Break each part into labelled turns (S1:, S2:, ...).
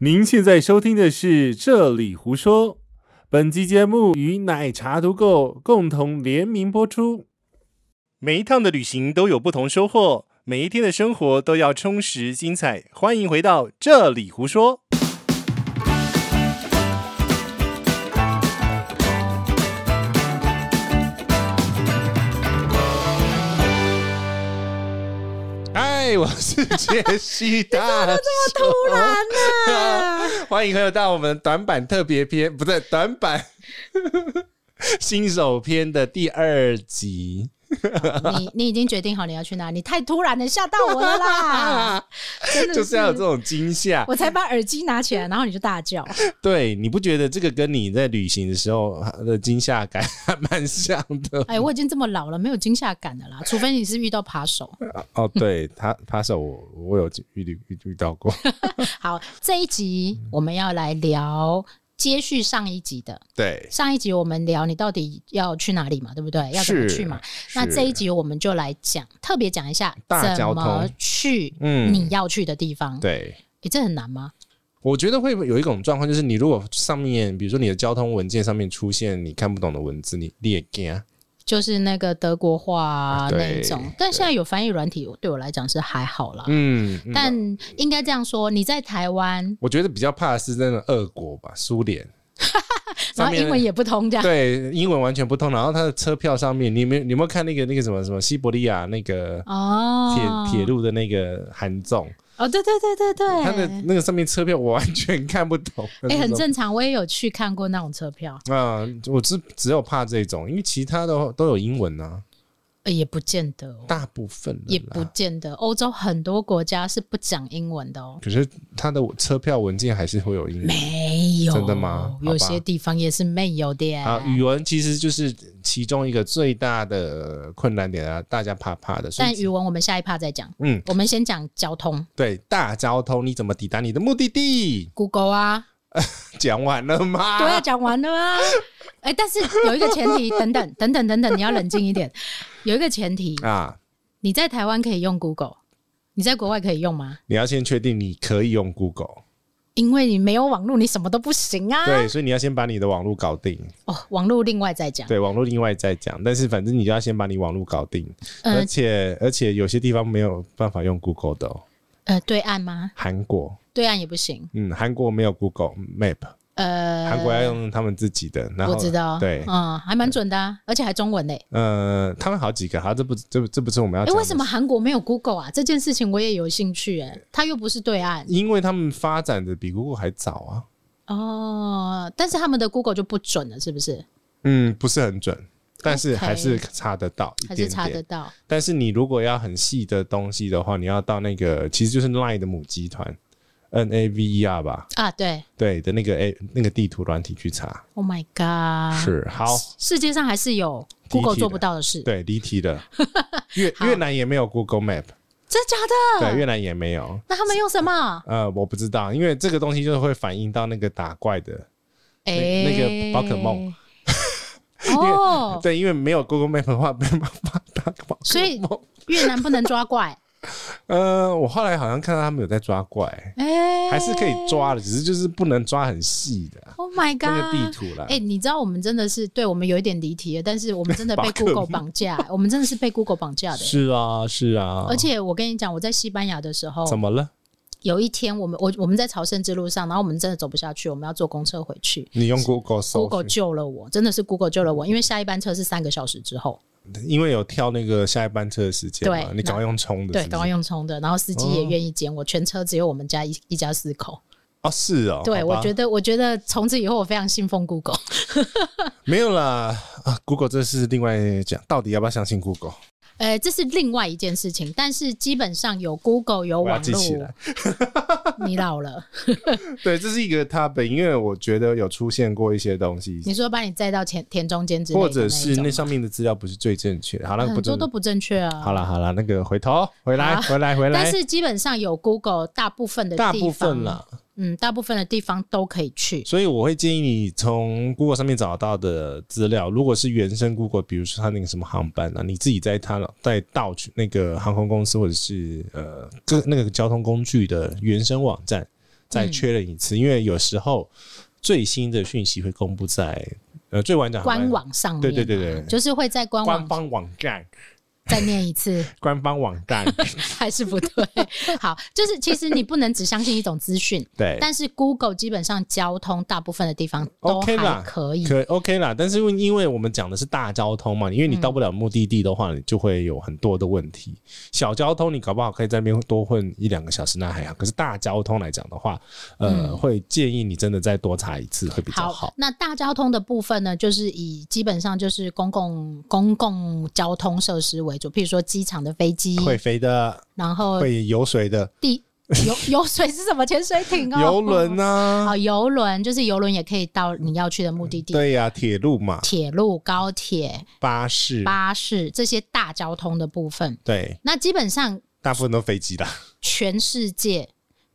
S1: 您现在收听的是《这里胡说》，本期节目与奶茶独购共同联名播出。每一趟的旅行都有不同收获，每一天的生活都要充实精彩。欢迎回到《这里胡说》。
S2: 嗨，我是杰西大
S3: 突
S2: 叔，
S3: 然呢、
S2: 欢迎回到我们短板特别篇，不对，短板新手篇的第二集。
S3: 你你已经决定好你要去哪？你太突然了，吓到我了啦！ 真的
S2: 就是是要有这种惊吓，
S3: 我才把耳机拿起来，然后你就大 叫。
S2: 对，你不觉得这个跟你在旅行的时候的惊吓感还蛮像的？
S3: 哎，我已经这么老了，没有惊吓感的啦，除非你是遇到扒手。
S2: 哦，对他，他手我我有遇遇遇到过，
S3: 好，这一集我们要来聊接续上一集的。
S2: 对，
S3: 上一集我们聊你到底要去哪里嘛，对不对？要怎么
S2: 是
S3: 去嘛？那
S2: 是
S3: 这一集我们就来讲，特别讲一下
S2: 大交
S3: 怎
S2: 通
S3: 么去
S2: 嗯
S3: 你要去的地方。
S2: 对。
S3: 诶，这很难吗？
S2: 我觉得会有一种状况，就是你如果上面，比如说你的交通文件上面出现你看不懂的文字，你你也惊。
S3: 就是那个德国话、啊、
S2: 对
S3: 那一种，但现在有翻译软体，对我来讲是还好啦。
S2: 嗯，嗯
S3: 但应该这样说，你在台湾，，
S2: 我觉得比较怕的是那种俄国吧，苏联
S3: 然
S2: 上
S3: 后
S2: 面
S3: 英文也不通这样，
S2: 对英文完全不通，然后它的车票上面，你有没有你有没有看那个那个什么什么西伯利亚那个铁
S3: 哦，
S2: 铁路的那个韩纵，
S3: 哦，对对对对对，
S2: 它的那个上面车票我完全看不 懂，
S3: 哎、很
S2: 那种
S3: 正常，我也有去看过那种车票，
S2: 啊、我只只有怕这种，因为其他的都有英文啊，
S3: 呃也不见得、哦，
S2: 大部分了啦
S3: 也不见得，欧洲很多国家是不讲英文的哦。
S2: 可是它的车票文件还是会有英文。
S3: 没有，
S2: 真的吗
S3: 有
S2: 好吧
S3: 些地方也是没有的耶。
S2: 啊，语文其实就是其中一个最大的困难点啊，大家怕怕的。所以
S3: 但语文我们下一趴再讲，
S2: 嗯，
S3: 我们先讲交通
S2: 对大交通，你怎么抵达你的目的地？
S3: ，Google 啊，
S2: 讲完了吗？
S3: 都要讲完了啊！哎、但是有一个前提，等等等等等等，你要冷静一点。有一个前提，
S2: 啊，
S3: 你在台湾可以用 Google，你在国外可以用吗？
S2: 你要先确定你可以用 Google，、
S3: 因为你没有网络，你什么都不行啊！
S2: 对，所以你要先把你的网络搞定。
S3: 哦，网络另外再讲。
S2: 对，网络另外再讲，但是反正你就要先把你网络搞定，而
S3: 呃
S2: 且而且有些地方没有办法用 Google 的、哦，
S3: 呃，对岸吗？
S2: 韩国，
S3: 对岸也不行。
S2: 嗯，韩国没有 Google Map，
S3: 呃，
S2: 韩国要用他们自己的。然后
S3: 我知道，
S2: 对，
S3: 嗯，还蛮准的、啊，而且还中文嘞、
S2: 呃，他们好几个，好，这不这不这不是我们
S3: 哎、
S2: 要啊讲的。
S3: 为什么韩国没有 Google 啊？这件事情我也有兴趣哎、它又不是对岸
S2: 因为他们发展的比 Google 还早啊。
S3: 哦，但是他们的 Google 就不准了，是不是？
S2: 嗯，不是很准，但是
S3: OK
S2: 还是查得到一
S3: 还
S2: 点
S3: 是
S2: 点。
S3: 查得到？
S2: 但是你如果要很细的东西的话，你要到那个其实就是 Line 的母集团 NAVER E 吧，
S3: 啊，对
S2: 对的那个 A 那个地图软体去查。
S3: ，Oh my god，
S2: 是好，
S3: 世界上还是有 Google 做不到的事，
S2: 对，离题 了。越越南也没有 Google Map，
S3: 真假的？
S2: 对，越南也没有。
S3: 那他们用什么？
S2: 呃，我不知道，因为这个东西就是会反映到那个打怪的，
S3: 哎、
S2: 那个宝可梦。
S3: 哦，
S2: 对，因为没有 Google Map 的话，没有办法打怪。
S3: 所以越南不能抓 怪，
S2: 呃，我后来好像看到他们有在抓怪，
S3: 哎、
S2: 还是可以。抓的，只是就是不能抓很细的
S3: Oh my
S2: 那
S3: god！
S2: 个地图啊啦。
S3: 哎、你知道我们真的是对我们有一点离题了，但是我们真的被
S2: 宝可梦
S3: Google 绑架，我们真的是被 Google 绑架的。
S2: 是啊，是啊，
S3: 而且我跟你讲，我在西班牙的时候，
S2: 怎么了？
S3: 有一天我们我我们在朝圣之路上，然后我们真的走不下去，我们要坐公车回去。
S2: 你用 Google 搜
S3: Google 救了我，真的是 Google 救了我，因为下一班车是三个小时之后。
S2: 因为有跳那个下一班车的时间嘛，
S3: 对
S2: 你赶快用冲的
S3: 对
S2: 是，不
S3: 赶
S2: 是
S3: 快用充的，然后司机也愿意捡我，全车只有我们家一一家四口。
S2: 哦，是哦，
S3: 对，
S2: 好吧
S3: 我觉得，我觉得从此以后我非常信奉 Google。
S2: 没有啦啊，Google 这是另外讲，到底要不要相信 Google？
S3: 呃，这是另外一件事情，但是基本上有 Google 有
S2: 我要
S3: 网
S2: 记
S3: 络
S2: 起，来。
S3: 你老了，
S2: 对，这是一个 topic，因为我觉得有出现过一些东西，
S3: 你说把你载到田田中间之类的
S2: 或
S3: 那一种
S2: 者
S3: 吗，
S2: 是那上面的资料不是最正确的。好了，不
S3: 很多
S2: 准
S3: 都不正确啊。
S2: 好了好了，那个回头回来
S3: 好
S2: 回来回来，
S3: 但是基本上有 Google，大部分的地
S2: 大
S3: 方
S2: 部分啦，
S3: 嗯，大部分的地方都可以去。
S2: 所以我会建议你从 Google 上面找到的资料，如果是原生 Google，比如说它那个什么航班啊，你自己在它在到去那个航空公司或者是呃各那个交通工具的原生网站再确认一次，
S3: 嗯
S2: 因为有时候最新的讯息会公布在呃最完整航
S3: 官
S2: 班
S3: 网上面嘛，
S2: 对对对对
S3: 就是会在官
S2: 官
S3: 网
S2: 方网站
S3: 再念一次，
S2: 官方网站
S3: 还是不对。好，就是其实你不能只相信一种资讯，
S2: 对，
S3: 但是 Google 基本上交通大部分的地方都
S2: OK 啦
S3: 还可以。
S2: 可 OK 啦，但是因为因为我们讲的是大交通嘛，因为你
S3: 嗯
S2: 到不了目的地的话，你就会有很多的问题。小交通你搞不好可以在那边多混一两个小时，那还好。可是大交通来讲的话，呃，
S3: 嗯
S2: 会建议你真的再多查一次会比较好。
S3: 那大交通的部分呢，就是以基本上就是公共公共交通设施为主，譬如说机场的飞机，
S2: 会飞的，
S3: 然后
S2: 会游水的，
S3: 地游游水是什么？潜水艇哦，
S2: 游轮啊，嗯
S3: 啊，游轮就是游轮也可以到你要去的目的地。
S2: 对呀、铁路嘛，
S3: 铁路、高铁、
S2: 巴士，
S3: 巴士这些大交通的部分，
S2: 对，
S3: 那基本上
S2: 大部分都飞机啦。
S3: 全世界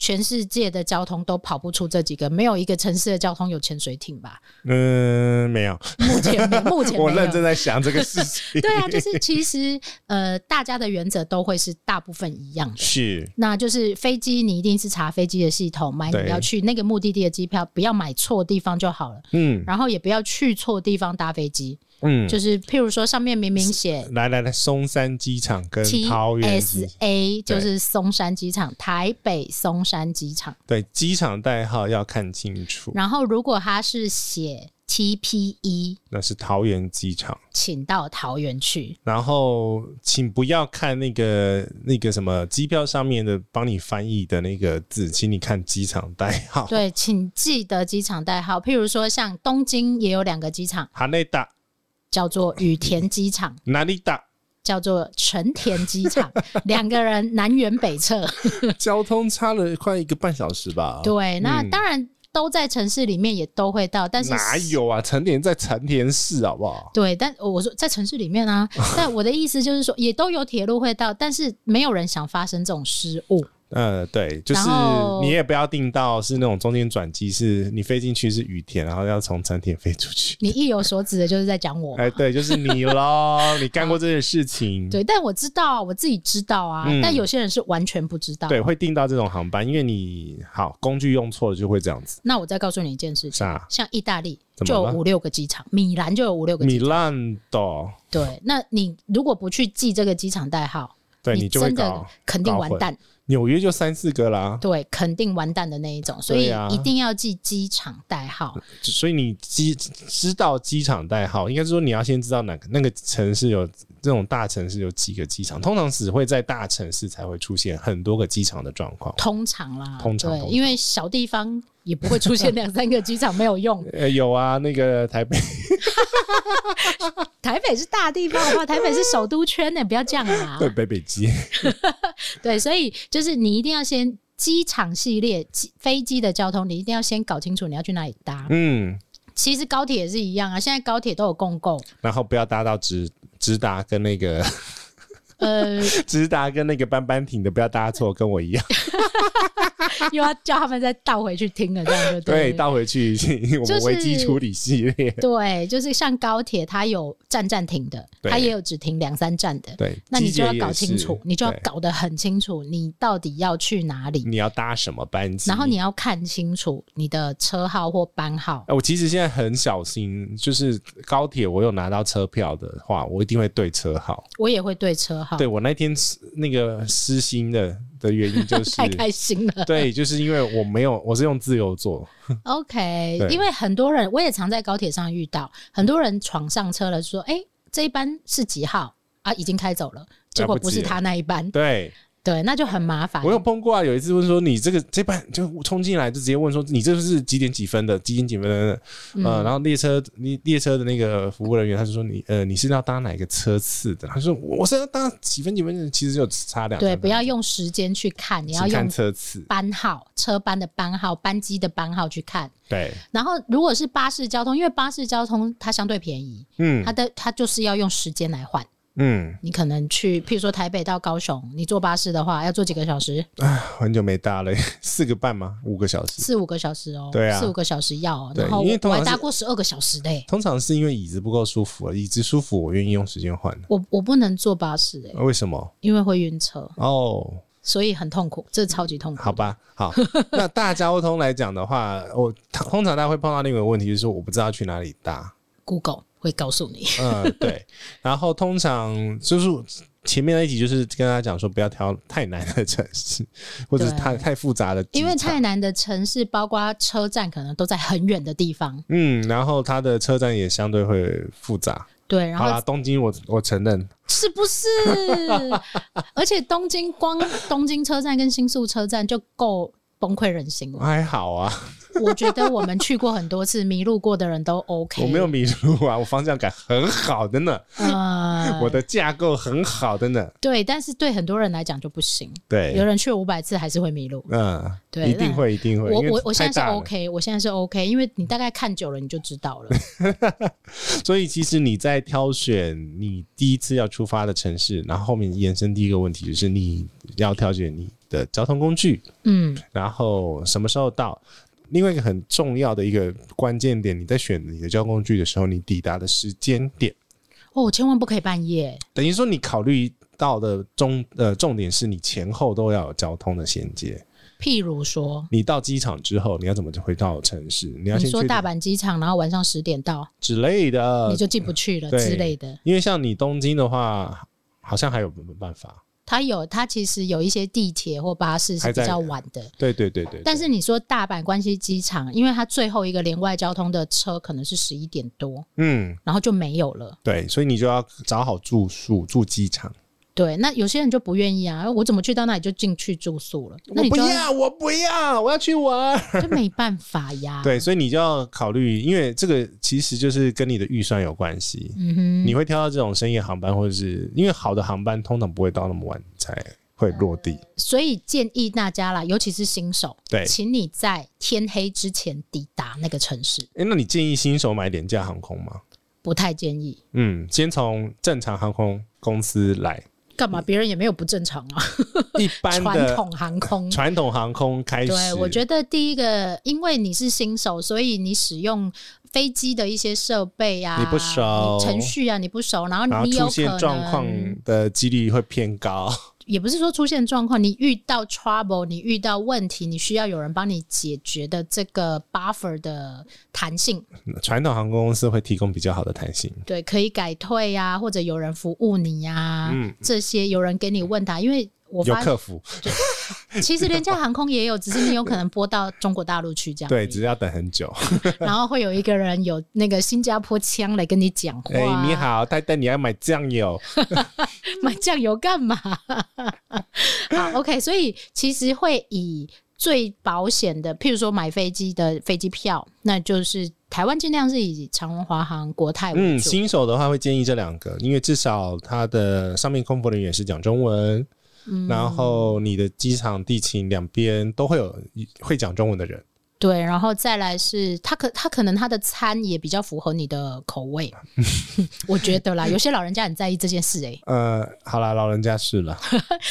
S3: 全世界的交通都跑不出这几个，没有一个城市的交通有潜水艇 吧？
S2: 嗯，没有，
S3: 目前没，目前没有
S2: 我认真在想这个 事情。
S3: 对啊，就是其实呃，大家的原则都会是大部分一样的。
S2: 是，
S3: 那就是飞机，你一定是查飞机的系统，买
S2: 对
S3: 你要去那个目的地的机票，不要买错地方就好了。
S2: 嗯
S3: 然后也不要去错地方搭飞机，
S2: 嗯，
S3: 就是譬如说上面明明写
S2: 来来来，松山机场跟桃园机
S3: TSA，就是松山机场，台北松山机场。
S2: 对机场代号要看清楚，
S3: 然后如果他是写 TPE，
S2: 那是桃园机场。
S3: 请到桃园去。
S2: 然后，请不要看那个那个什么机票上面的帮你翻译的那个字，请你看机场代号。
S3: 对，请记得机场代号，譬如说像东京也有两个机场，
S2: 哈内达、
S3: 叫做羽田机场，
S2: 哪里达，
S3: 叫做成田机 场，两个人南辕北辙。
S2: 交通差了快一个半小时吧？
S3: 对，那
S2: 嗯
S3: 当然都在城市里面也都会到，但是
S2: 哪有啊？成田在成田市，好不好？
S3: 对，但我说在城市里面啊， 但我的意思就是说，也都有铁路会到，但是没有人想发生这种失误。
S2: 呃，对，就是
S3: 然后
S2: 你也不要订到是那种中间转机，是你飞进去是羽田，然后要从成田飞出去。
S3: 你意有所指的就是在讲我嘛，
S2: 哎，对，就是你喽， 你干过这些事情，
S3: 对，但我知道啊，我自己知道啊，
S2: 嗯
S3: 但有些人是完全不知道。
S2: 对，会订到这种航班，因为你好工具用错了就会这样子。
S3: 那我再告诉你一件事情，
S2: 啥？
S3: 像意大利
S2: 怎么
S3: 就
S2: 了
S3: 有五六个机场，米兰就有五六个
S2: 米
S3: 机场。
S2: 兰的，
S3: 对，那你如果不去记这个机场代号，
S2: 对你就会
S3: 真的
S2: 搞
S3: 肯定
S2: 搞
S3: 完
S2: 混
S3: 蛋，
S2: 纽约就三四个啦，
S3: 对，肯定完蛋的那一种。所以
S2: 对嗯啊
S3: 一定要记机场代号。
S2: 所以你机知道机场代号，应该是说你要先知道哪个那个城市有这种大城市有几个机场，通常只会在大城市才会出现很多个机场的状况。
S3: 通常啦，
S2: 通常
S3: 对，
S2: 通常
S3: 因为小地方也不会出现两三个机场没有 用。
S2: 呃，有啊，那个台北，
S3: 台北是大地方，好不好？台北是首都圈呢、不要这样啊。
S2: 对北北基，
S3: 对，所以就是你一定要先机场系列机飞机的交通，你一定要先搞清楚你要去哪里搭。
S2: 嗯，
S3: 其实高铁也是一样啊，现在高铁都有共购，
S2: 然后不要搭到直直达跟那个
S3: 呃，
S2: 直达跟那个班班艇的，不要搭错，跟我一样。
S3: 又要叫他们再倒回去听了，这样就
S2: 对，
S3: 对了。
S2: 倒回去 我
S3: 就
S2: 们
S3: 是
S2: 危机处理系 列。
S3: 对，就是像高铁，它有站站停的，
S2: 对
S3: 它也有只停两三站的。
S2: 对，
S3: 那你
S2: 机
S3: 就
S2: 捷
S3: 要
S2: 也
S3: 搞清
S2: 是
S3: 楚，你就要
S2: 对嗯
S3: 搞得很清楚，你到底要去哪里。
S2: 你要搭什么班机，
S3: 然后你。要看清楚你的车号或班号。
S2: 哎，我其实现在很小心，就是高铁我有拿到车票的话，我一定会对车号。
S3: 我也会对车号，
S2: 对我那天失那个失心的的原因 就是，
S3: 太开心了。
S2: 对，就是因为我没有，我是用自由座，
S3: OK，
S2: 对
S3: 因为很多人我也常在高铁上遇到，很多人闯上车了，说：“哎、这一班是几号啊？已经开走了。”结果不是他那一班，
S2: 对
S3: 对，那就很麻烦
S2: 我。有碰过啊，有一次问说你这个这班就冲进来就直接问说你这是几点几分的，几点几分的，
S3: 嗯
S2: 呃，然后列车列列车的那个服务人员他就说你呃你是要搭哪个车次的？他说我是要搭几分几分的，其实就差两
S3: 对，
S2: 三
S3: 不
S2: 分
S3: 要用时间去看，你
S2: 只
S3: 要
S2: 看
S3: 用
S2: 车次，
S3: 班号、车班的班号、班机的班号去看。
S2: 对，
S3: 然后，如果是巴士交通，因为巴士交通它相对便宜，
S2: 嗯
S3: 它的它就是要用时间来换。
S2: 嗯，
S3: 你可能去，譬如说台北到高雄，你坐巴士的话要坐几个小时？
S2: 很久没搭了， 四个半吗？五个小时。
S3: 四五个小时哦，
S2: 对啊
S3: 四五个小时要、哦。
S2: 对
S3: 然后
S2: 因为通
S3: 我
S2: 常
S3: 还搭
S2: 是
S3: 过十二个小时的、欸，
S2: 通常是因为椅子不够舒服，椅子舒服我愿意用时间换的，
S3: 我我不能坐巴士哎、
S2: 为什么？
S3: 因为会晕车，
S2: 哦，
S3: 所以很痛苦，这超级痛苦。
S2: 好，吧，好。 那大交通来讲的话，我通常大家会碰到另一个问题，就是我不知道去哪里搭。
S3: Google 会告诉你，
S2: 嗯，对。然后通常就是前面那一集就是跟大家讲说，不要挑太难的城市，或者是
S3: 对
S2: 太太复杂的机场，
S3: 因为太南的城市，包括车站，可能都在很远的地方。
S2: 嗯，然后它的车站也相对会复杂。
S3: 对，然
S2: 好啦，
S3: 后
S2: 东京我我承认，
S3: 是不 是？而且东京光东京车站跟新宿车站就够崩溃人心了。
S2: 还好啊，
S3: 我觉得我们去过很多次，迷路过的人都 OK。
S2: 我没有迷路啊，我方向感很好的呢，
S3: 呃，
S2: 我的架构很好的呢，
S3: 对，但是对很多人来讲就不行。有
S2: 对，
S3: 人去五百次还是会迷路。
S2: 嗯，
S3: 对
S2: 一定会一定会，
S3: 我
S2: 因为
S3: 我我现在
S2: 太
S3: 是
S2: 大了
S3: OK，我现在是 OK，因为你大概看久了你就知道 了。
S2: 所以其实你在挑选你第一次要出发的城市，然后后面延伸第一个问题就是你要挑选你的交通工具，
S3: 嗯，
S2: 然后什么时候到。另外一个很重要的一个关键点，你在选你的交通工具的时候，你抵达的时间点，
S3: 哦，千万不可以半夜。
S2: 等于说你考虑到的中呃重点是你前后都要有交通的衔接。
S3: 譬如说，
S2: 你到机场之后，你要怎么回到城市？你要
S3: 你
S2: 先
S3: 说
S2: 去
S3: 大阪机场，然后晚上十点到，
S2: 之类的
S3: 你，就进不去了
S2: 对
S3: 之类的。
S2: 因为像你东京的话，好像还有办法。
S3: 它有，它其实有一些地铁或巴士是
S2: 还
S3: 比
S2: 在
S3: 较晚的。
S2: 对对对对，
S3: 但是你说大阪关西机场，因为它最后一个连外交通的车可能是十一点多，
S2: 嗯，
S3: 然后就没有了。
S2: 对，所以你就要找好住宿，住机场。
S3: 对，那有些人就不愿意啊，我怎么去到那里就进去住宿了？那
S2: 我
S3: 你
S2: 不
S3: 就啊
S2: 要，我不要，我要去玩。
S3: 就没办法呀。，
S2: 对，所以你就要考虑，因为这个其实就是跟你的预算有关系。
S3: 嗯哼，
S2: 你会挑到这种深夜航班，或者是因为好的航班通常不会到那么晚才会落地。
S3: 所以建议大家啦，尤其是新手，
S2: 对
S3: 请你在天黑之前抵达那个城市，
S2: 哎、那你建议新手买廉价航空吗？
S3: 不太建议。
S2: 嗯，先从正常航空公司来，
S3: 干嘛？别人也没有不正常啊，
S2: 一般
S3: 传
S2: 嗯的
S3: 统航空。
S2: 传统航空开始。
S3: 对，我觉得第一个，因为你是新手，所以你使用飞机的一些设备啊，
S2: 你不熟
S3: 你程序啊，你不熟，然
S2: 然
S3: 后
S2: 后
S3: 你有
S2: 出
S3: 可
S2: 现
S3: 能
S2: 状况的几率会偏高。
S3: 也不是说出现状况，你遇到 trouble，你遇到问题，你需要有人帮你解决的这个 buffer 的弹性，
S2: 传统航空公司会提供比较好的弹性。
S3: 对，可以改退呀、或者有人服务你呀、
S2: 嗯
S3: 这些有人给你问答，因为我
S2: 有
S3: 发
S2: 客服，
S3: 其实 廉价航空也有，只是你有可能拨到中国大陆去这样，
S2: 对，只是要等 很久。
S3: 然后会有一个人有那个新加坡腔来跟你讲话，
S2: 哎、你，好，太太，你要买酱油？
S3: 买酱油干嘛？ 好，OK，所以其实会以最保险的，譬如说买飞机的飞机票，那就是台湾尽量是以长荣、华航、国泰为
S2: 嗯，
S3: 主。
S2: 新手的话会建议这两个，因为至少它的上面空服人员是讲中文，
S3: 嗯
S2: 然后你的机场地勤两边都会有会讲中文的人。
S3: 对，然后再来是他可他可能他的餐也比较符合你的口 味，我觉得啦，有些老人家很在意这件事哎、
S2: 呃，好啦，老人家是了，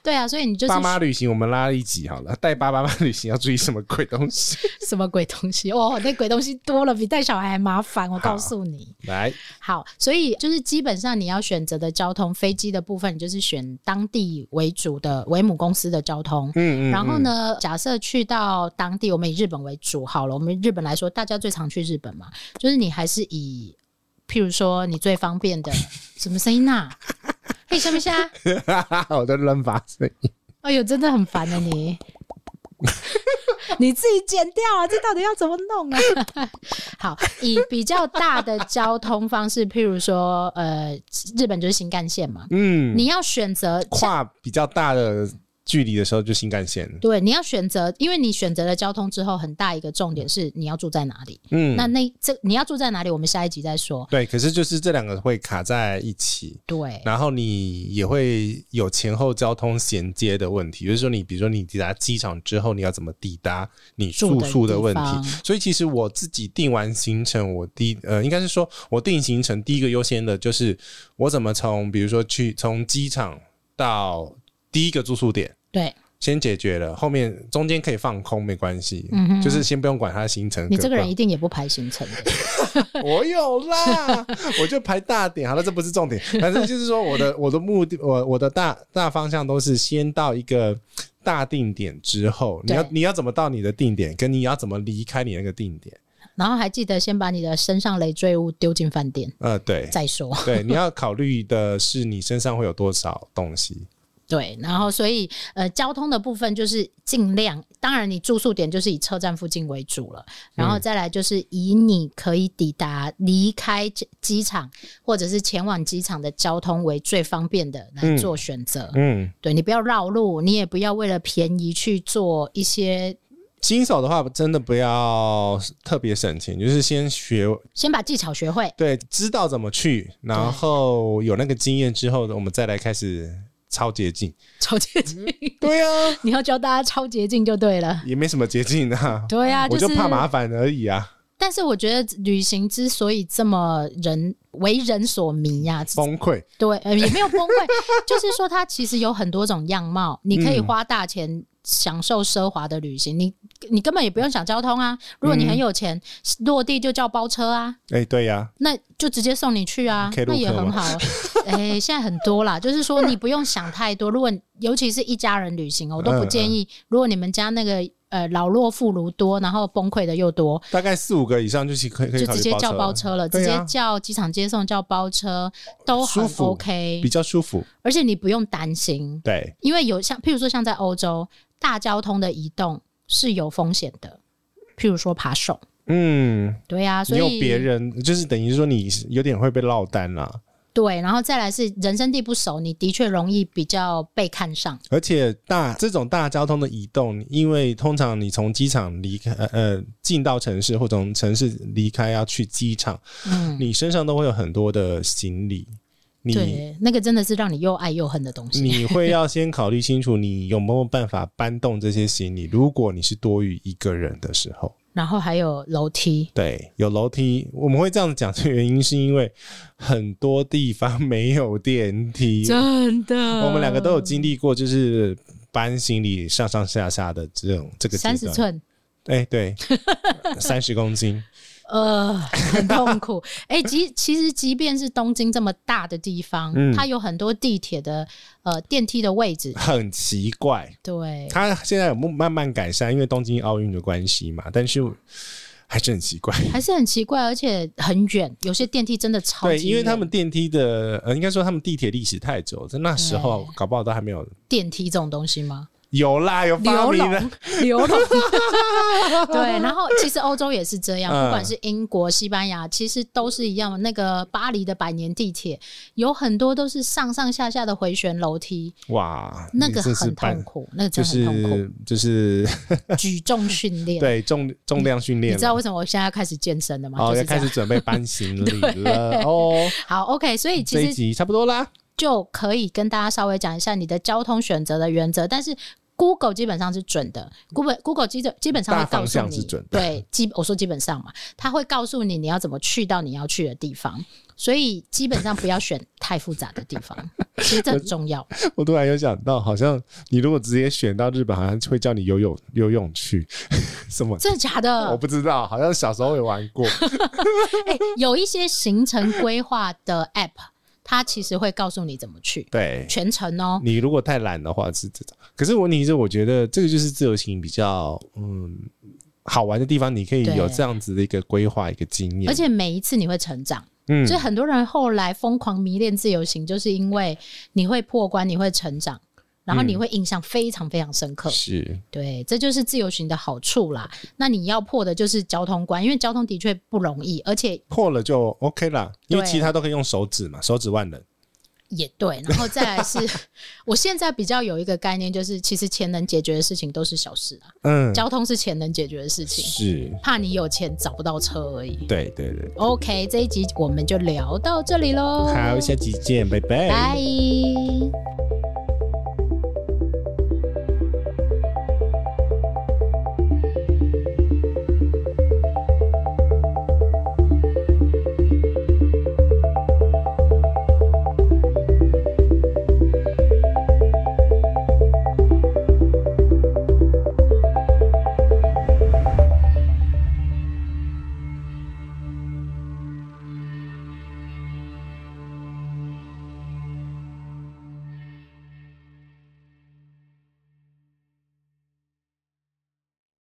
S3: 对啊，所以你就是
S2: 爸妈旅行我们拉一集好了，带爸爸妈旅行要注意什么鬼东西？
S3: 什么鬼东西哦，那鬼东西多了，比带小孩还麻烦，我告诉你。
S2: 来，
S3: 好，所以就是基本上你要选择的交通，飞机的部分，你就是选当地为主的为母公司的交通。
S2: 嗯嗯，
S3: 然后呢，假设去到当地，我们以日本为主好了。我们日本来说，大家最常去日本嘛，就是你还是以，譬如说你最方便 的什么声音呐、嘿，下面下，
S2: 我的乱发声音，
S3: 啊哎呦，真的很烦啊你。 你自己剪掉啊！这到底要怎么弄啊？ 好，以比较大的交通方式，譬如说，呃，日本就是新干线嘛，
S2: 嗯，
S3: 你要选择
S2: 跨比较大的距离的时候就新干线，
S3: 对，你要选择，因为你选择了交通之后，很大一个重点是你要住在哪里。
S2: 嗯，
S3: 那那这你要住在哪里，我们下一集再说。
S2: 对，可是就是这两个会卡在一起，
S3: 对，
S2: 然后你也会有前后交通衔接的问题，就是说你比如说你抵达机场之后，你要怎么抵达你住宿的问
S3: 住的地方
S2: 题。所以其实我自己定完行程，我第一呃应该是说我定行程第一个优先的就是我怎么从比如说去从机场到第一个住宿点，
S3: 对，
S2: 先解决了，后面中间可以放空没关系，
S3: 嗯哼
S2: 就是先不用管他的行程。
S3: 你这个人
S2: 各
S3: 一定也不排行程的，
S2: 我有啦，我就排大点。好了，这不是重点，反正就是说我的 我的目的，我我的大大方向都是先到一个大定点之后，你要
S3: 对
S2: 你要怎么到你的定点，跟你要怎么离开你那个定点。
S3: 然后还记得先把你的身上累赘物丢进饭店
S2: 呃， 对
S3: 再说。
S2: 对，你要考虑的是你身上会有多少东西。
S3: 对，然后所以呃，交通的部分就是尽量，当然你住宿点就是以车站附近为主了，然
S2: 嗯
S3: 后再来就是以你可以抵达、离开机机场或者是前往机场的交通为最方便的来做选择。
S2: 嗯，
S3: 对你不要绕路，你也不要为了便宜去做一些，
S2: 新手的话真的不要特别省钱，就是先学
S3: 先把技巧学会。
S2: 对，知道怎么去，然后有那个经验之后，我们再来开始超捷径。
S3: 超捷径，
S2: 对啊，
S3: 你要教大家超捷径就对了。
S2: 也没什么捷径啊，
S3: 对啊，
S2: 我
S3: 是
S2: 就怕麻烦而已啊，
S3: 但是我觉得旅行之所以这么人为人所迷呀、
S2: 崩溃。
S3: 对，呃也没有崩溃， 就是说它其实有很多种样貌，你可以
S2: 嗯
S3: 花大钱享受奢华的旅行，你你根本也不用想交通啊。如果
S2: 嗯
S3: 你很有钱，落地就叫包车啊，
S2: 哎、对呀、
S3: 那就直接送你去啊
S2: 可以，
S3: 那
S2: 录
S3: 也
S2: 课
S3: 很
S2: 吗
S3: 好。哎、现在很多 啦，就是说你不用想太多。如果你尤其是一家人旅行哦，我都不
S2: 嗯
S3: 建议。如果你们家那个呃老弱妇孺多，然后崩溃的又多，
S2: 大概四五个以上就是可以可以
S3: 就
S2: 考虑
S3: 直接叫包
S2: 包
S3: 车了，直
S2: 对
S3: 接
S2: 啊
S3: 叫机场接送，叫包车都很
S2: 舒服
S3: OK，
S2: 比较舒服。
S3: 而且你不用担心，
S2: 对，
S3: 因为有像譬如说像在欧洲，大交通的移动是有风险的，譬如说扒手，
S2: 嗯，
S3: 对啊，
S2: 你
S3: 所
S2: 有
S3: 以
S2: 别人，就是等于说你有点会被落单啦，
S3: 对，然后再来是人生地不熟，你的确容易比较被看上，
S2: 而且大这种大交通的移动，因为通常你从机场离开，呃呃，进到城市或从城市离开要去机场，
S3: 嗯，
S2: 你身上都会有很多的行李，你
S3: 对，那个真的是让你又爱又恨的东西，
S2: 你会要先考虑清楚，你有没有办法搬动这些行李。如果你是多于一个人的时候，
S3: 然后还有楼梯，
S2: 对，有楼梯，我们会这样子讲的原因是因为很多地方没有电梯。
S3: 真的，
S2: 我们两个都有经历过，就是搬行李上上下下的这种这个阶
S3: 三十
S2: 段，
S3: 寸。
S2: 哎、对，三十公斤，
S3: 呃，很痛苦。哎、即其实即便是东京这么大的地方，
S2: 嗯
S3: 它有很多地铁的呃电梯的位置，
S2: 很奇怪。
S3: 对，
S2: 它现在有慢慢改善，因为东京奥运的关系嘛，但是还是很奇怪。
S3: 还是很奇怪，而且很远，有些电梯真的超级远。
S2: 对，因为他们电梯的，呃，应该说他们地铁历史太久，在那时候搞不好都还没有。
S3: 电梯这种东西吗？
S2: 有啦，有发
S3: 流
S2: 明了
S3: 笼，流 笼。对，然后其实欧洲也是这样，
S2: 嗯
S3: 不管是英国、西班牙，其实都是一样的。那个巴黎的百年地铁有很多都是上上下下的回旋楼梯，
S2: 哇，
S3: 那
S2: 你
S3: 个
S2: 这是
S3: 很痛
S2: 办，
S3: 苦，那个
S2: 就
S3: 真的很痛苦。
S2: 是就是
S3: 举重训练，
S2: 对重重量训
S3: 你
S2: 练了，
S3: 知道为什么我现在要开始健身了吗？
S2: 哦，
S3: 就是
S2: 要
S3: 这
S2: 开
S3: 样。
S2: 始准备 搬行李了哦。
S3: 好，OK，所以
S2: 这
S3: 其
S2: 一
S3: 实
S2: 集差不多啦，
S3: 就可以跟大家稍微讲一下你的交通选择的原则，但是。Google 基本上是准的，Google Google 基本基本上会
S2: 嗯大
S3: 告
S2: 方
S3: 诉
S2: 向
S3: 你，
S2: 是准的
S3: 对，基我说基本上嘛，它会告诉你你要怎么去到你要去的地方，所以基本上不要选太复杂的地方， 其实这很重要。
S2: 我突然有想到，好像你如果直接选到日本，好像会叫你游泳游泳去， 什么？
S3: 真的假
S2: 我
S3: 的？
S2: 不知道，好像小时候有玩 过。
S3: 哎、有一些行程规划的 App，它其实会告诉你怎么去
S2: 对，
S3: 全程哦、
S2: 你如果太懒的话是这种，可是问题是，我觉得这个就是自由行比较嗯好玩的地方，你可以
S3: 对
S2: 有这样子的一个规划、一个经验，
S3: 而且每一次你会成长。
S2: 嗯
S3: 所以很多人后来疯狂迷恋自由行，就是因为你会破关，你会成长，然后你会印象非常非常深刻。
S2: 嗯是
S3: 对，这就是自由行的好处啦。那你要破的就是交通关，因为交通的确不容易，而且
S2: 破了就 OK 啦，因为
S3: 对啊
S2: 其他都可以用手指嘛，手指万能。
S3: 也对。然后再来 是，我现在比较有一个概念，就是其实钱能解决的事情都是小事啊，
S2: 嗯，
S3: 交通是钱能解决的事情，
S2: 是，
S3: 怕你有钱找不到车而已。
S2: 对对对。
S3: OK，这一集我们就聊到这里喽，
S2: 好，下期见，拜拜
S3: 拜。